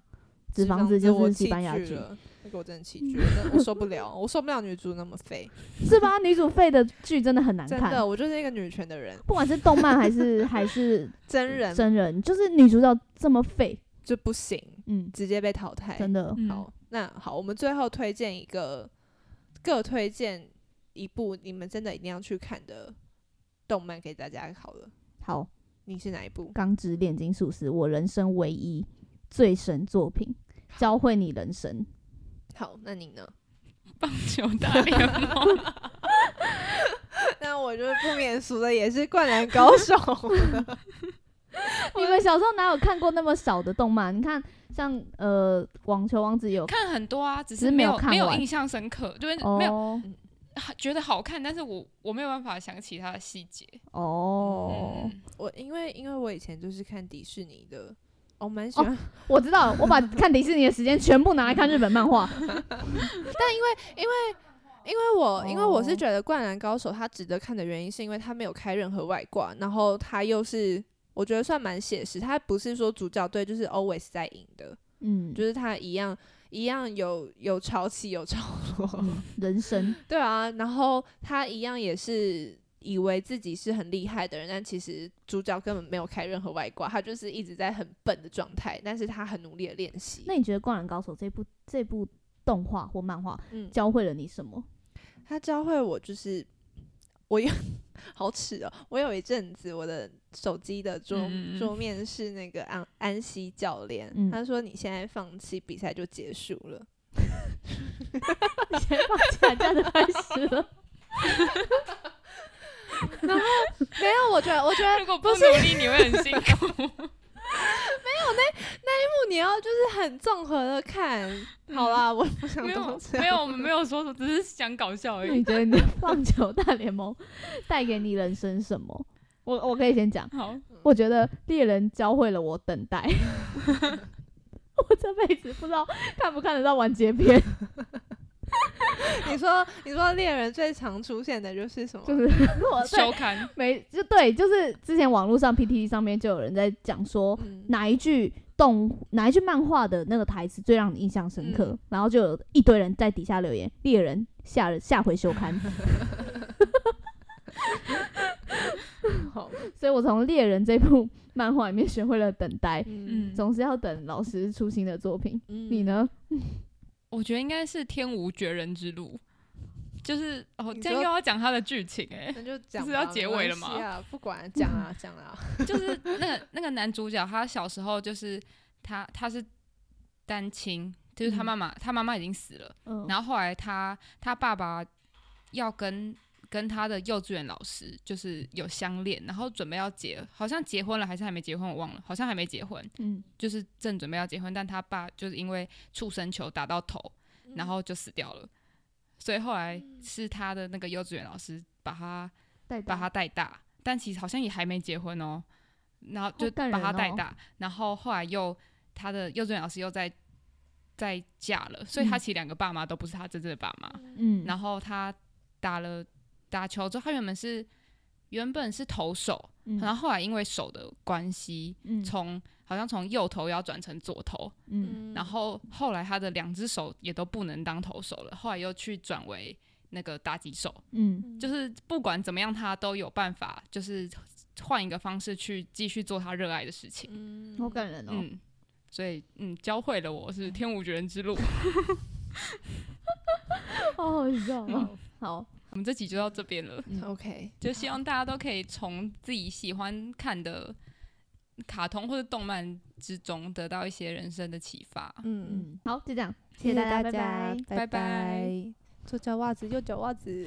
Speaker 3: 纸房子就
Speaker 1: 我
Speaker 3: 是
Speaker 1: 弃
Speaker 3: 西班牙
Speaker 1: 剧
Speaker 3: 剧，
Speaker 1: 了，那个我真的弃剧，了，我受不了，我受不了女主那么废，
Speaker 3: 是吧？女主废的剧真的很难
Speaker 1: 真
Speaker 3: 看，
Speaker 1: 的，我就是一个女权的人，
Speaker 3: 不管是动漫 还是还是
Speaker 1: 真人
Speaker 3: 真人，就是女主角这么废，
Speaker 1: 就不行，
Speaker 3: 嗯，
Speaker 1: 直接被淘汰。
Speaker 3: 真的，
Speaker 2: 嗯
Speaker 1: 好，那好，我们最后推荐一个，各推荐一部你们真的一定要去看的动漫给大家好了。
Speaker 3: 好，
Speaker 1: 你是哪一部
Speaker 3: 《钢之炼金术师》，我人生唯一最神作品，教会你 人生。
Speaker 1: 好，那你呢？
Speaker 2: 棒球大联盟，
Speaker 1: 那我就是不免俗的，也是《灌篮高手》。
Speaker 3: 你们小时候哪有看过那么少的动漫？你看，像呃，《网球王子》有
Speaker 2: 看很多啊，只
Speaker 3: 只
Speaker 2: 是
Speaker 3: 是没
Speaker 2: 没
Speaker 3: 有
Speaker 2: 有
Speaker 3: 看
Speaker 2: 没有
Speaker 3: 完
Speaker 2: 印象深刻，就是没有
Speaker 3: 哦
Speaker 2: 觉得好看，但是我我没有办法想起它的细节。
Speaker 3: 哦，
Speaker 2: 嗯
Speaker 1: 我因为因为我以前就是看迪士尼的，我蛮喜欢、
Speaker 3: 我知道，我把看迪士尼的时间全部拿来看日本 漫画。
Speaker 1: 因为我因为我是
Speaker 3: 哦
Speaker 1: 觉得《灌篮高手》它值得看的原因，是因为它没有开任何外挂，然后它又是我觉得算蛮写实，它不是说主角队就是 always 在赢的，
Speaker 3: 嗯，
Speaker 1: 就是它一样一样有有潮起有潮落，
Speaker 3: 嗯人生
Speaker 1: 对啊，然后他一样也是以为自己是很厉害的人，但其实主角根本没有开任何外挂，他就是一直在很笨的状态，但是他很努力的练习。
Speaker 3: 那你觉得《灌篮高手》这部这部动画或漫画
Speaker 1: 嗯，
Speaker 3: 教会了你什么？
Speaker 1: 他教会我就是我有好耻哦、我有一阵子我的手机的桌、
Speaker 2: 嗯
Speaker 1: 桌面是那个安安西教练，
Speaker 3: 嗯
Speaker 1: 他说你现在放弃比赛就结束了。
Speaker 3: 先放假假就开始了，
Speaker 1: 没有，我觉得我觉得
Speaker 2: 如果不努力，你会很辛 苦。
Speaker 1: 不你要就是很综合的看。好啦， 我不想
Speaker 2: 嗯没
Speaker 1: 多
Speaker 2: 有
Speaker 1: 讲
Speaker 2: 没有，我们没有说什么，只是想搞笑而
Speaker 3: 那
Speaker 2: 已
Speaker 3: 你。觉得你的棒球大联盟带给你人生什么？我我哦可以先讲，
Speaker 2: 好，
Speaker 3: 我觉得猎人教会了我等待。 我这辈子不知道看不看得到完结篇，
Speaker 1: 你说，你说猎人最常出现的就是什么？
Speaker 3: 就是我
Speaker 2: 收
Speaker 3: 对
Speaker 2: 看
Speaker 3: 没就对，就是之前网络上 PTT 上面就有人在讲说
Speaker 1: 嗯，
Speaker 3: 哪一句动哪一句漫画的那个台词最让你印象深刻，
Speaker 1: 嗯
Speaker 3: 然后就有一堆人在底下留言，猎人下人下回休刊，
Speaker 1: 好，
Speaker 3: 所以我从猎人这部 漫画里面学会了等待，
Speaker 1: 嗯，
Speaker 3: 总是要等老师出新的作品。你
Speaker 1: 你？
Speaker 3: 呢？
Speaker 2: 我觉得应该是《天无绝人之路》，就是哦，
Speaker 1: 你
Speaker 2: 这样
Speaker 1: 说
Speaker 2: 又要讲它的剧情哎、
Speaker 1: 那就讲吧，
Speaker 2: 是要结尾了吗
Speaker 1: 没关系啊，不管，讲
Speaker 3: 嗯
Speaker 1: 啊，讲啊。
Speaker 2: 就是那个那个男主角，他小时候就是他他是单亲，就是他
Speaker 3: 嗯
Speaker 2: 妈妈、他妈妈已经死了，
Speaker 3: 嗯，
Speaker 2: 然后后来他他爸爸要跟跟他的幼稚园老师就是有相恋，然后准备要结，好像结婚了还是还没结婚，我忘了，好像还没结婚，
Speaker 3: 嗯，
Speaker 2: 就是正准备要结婚，但他爸就是因为触生球打到头，
Speaker 1: 嗯
Speaker 2: 然后就死掉了。所以后来是他的那个幼稚园老师把他
Speaker 3: 带
Speaker 2: 把他带大，但其实好像也还没结婚哦。然后就
Speaker 3: 好感
Speaker 2: 把他
Speaker 3: 人
Speaker 2: 带
Speaker 3: 哦
Speaker 2: 大，然后后来又他的幼稚园老师又在在嫁了，所以他
Speaker 3: 嗯
Speaker 2: 其实两个爸妈都不是他真正的爸妈。
Speaker 3: 嗯，
Speaker 2: 然后他打了打球之后，他原本是原本是投手，
Speaker 3: 嗯
Speaker 2: 然后后来因为手的关系，
Speaker 3: 嗯
Speaker 2: 从好像从右投要转成左投，
Speaker 3: 嗯
Speaker 1: 嗯，
Speaker 2: 然后后来他的两只手也都不能当投手了，后来又去转为那个打击手，
Speaker 3: 嗯
Speaker 2: 就是不管怎么样，他都有办法，就是换一个方式去继续做他热爱的事情。
Speaker 1: 嗯
Speaker 3: 好感人哦。
Speaker 2: 嗯，所以嗯，教会了我是天无绝人之路。
Speaker 3: 好好笑哦。 好，
Speaker 2: 我们这集就到这边了，
Speaker 1: 嗯 OK，
Speaker 2: 就希望大家都可以从自己喜欢看的卡通或者动漫之中得到一些人生的启发。
Speaker 1: 嗯，
Speaker 3: 嗯，好，就这样，
Speaker 1: 谢
Speaker 3: 谢
Speaker 1: 大
Speaker 3: 拜拜。
Speaker 1: 拜
Speaker 2: 拜拜
Speaker 1: 左脚袜子，右脚袜子。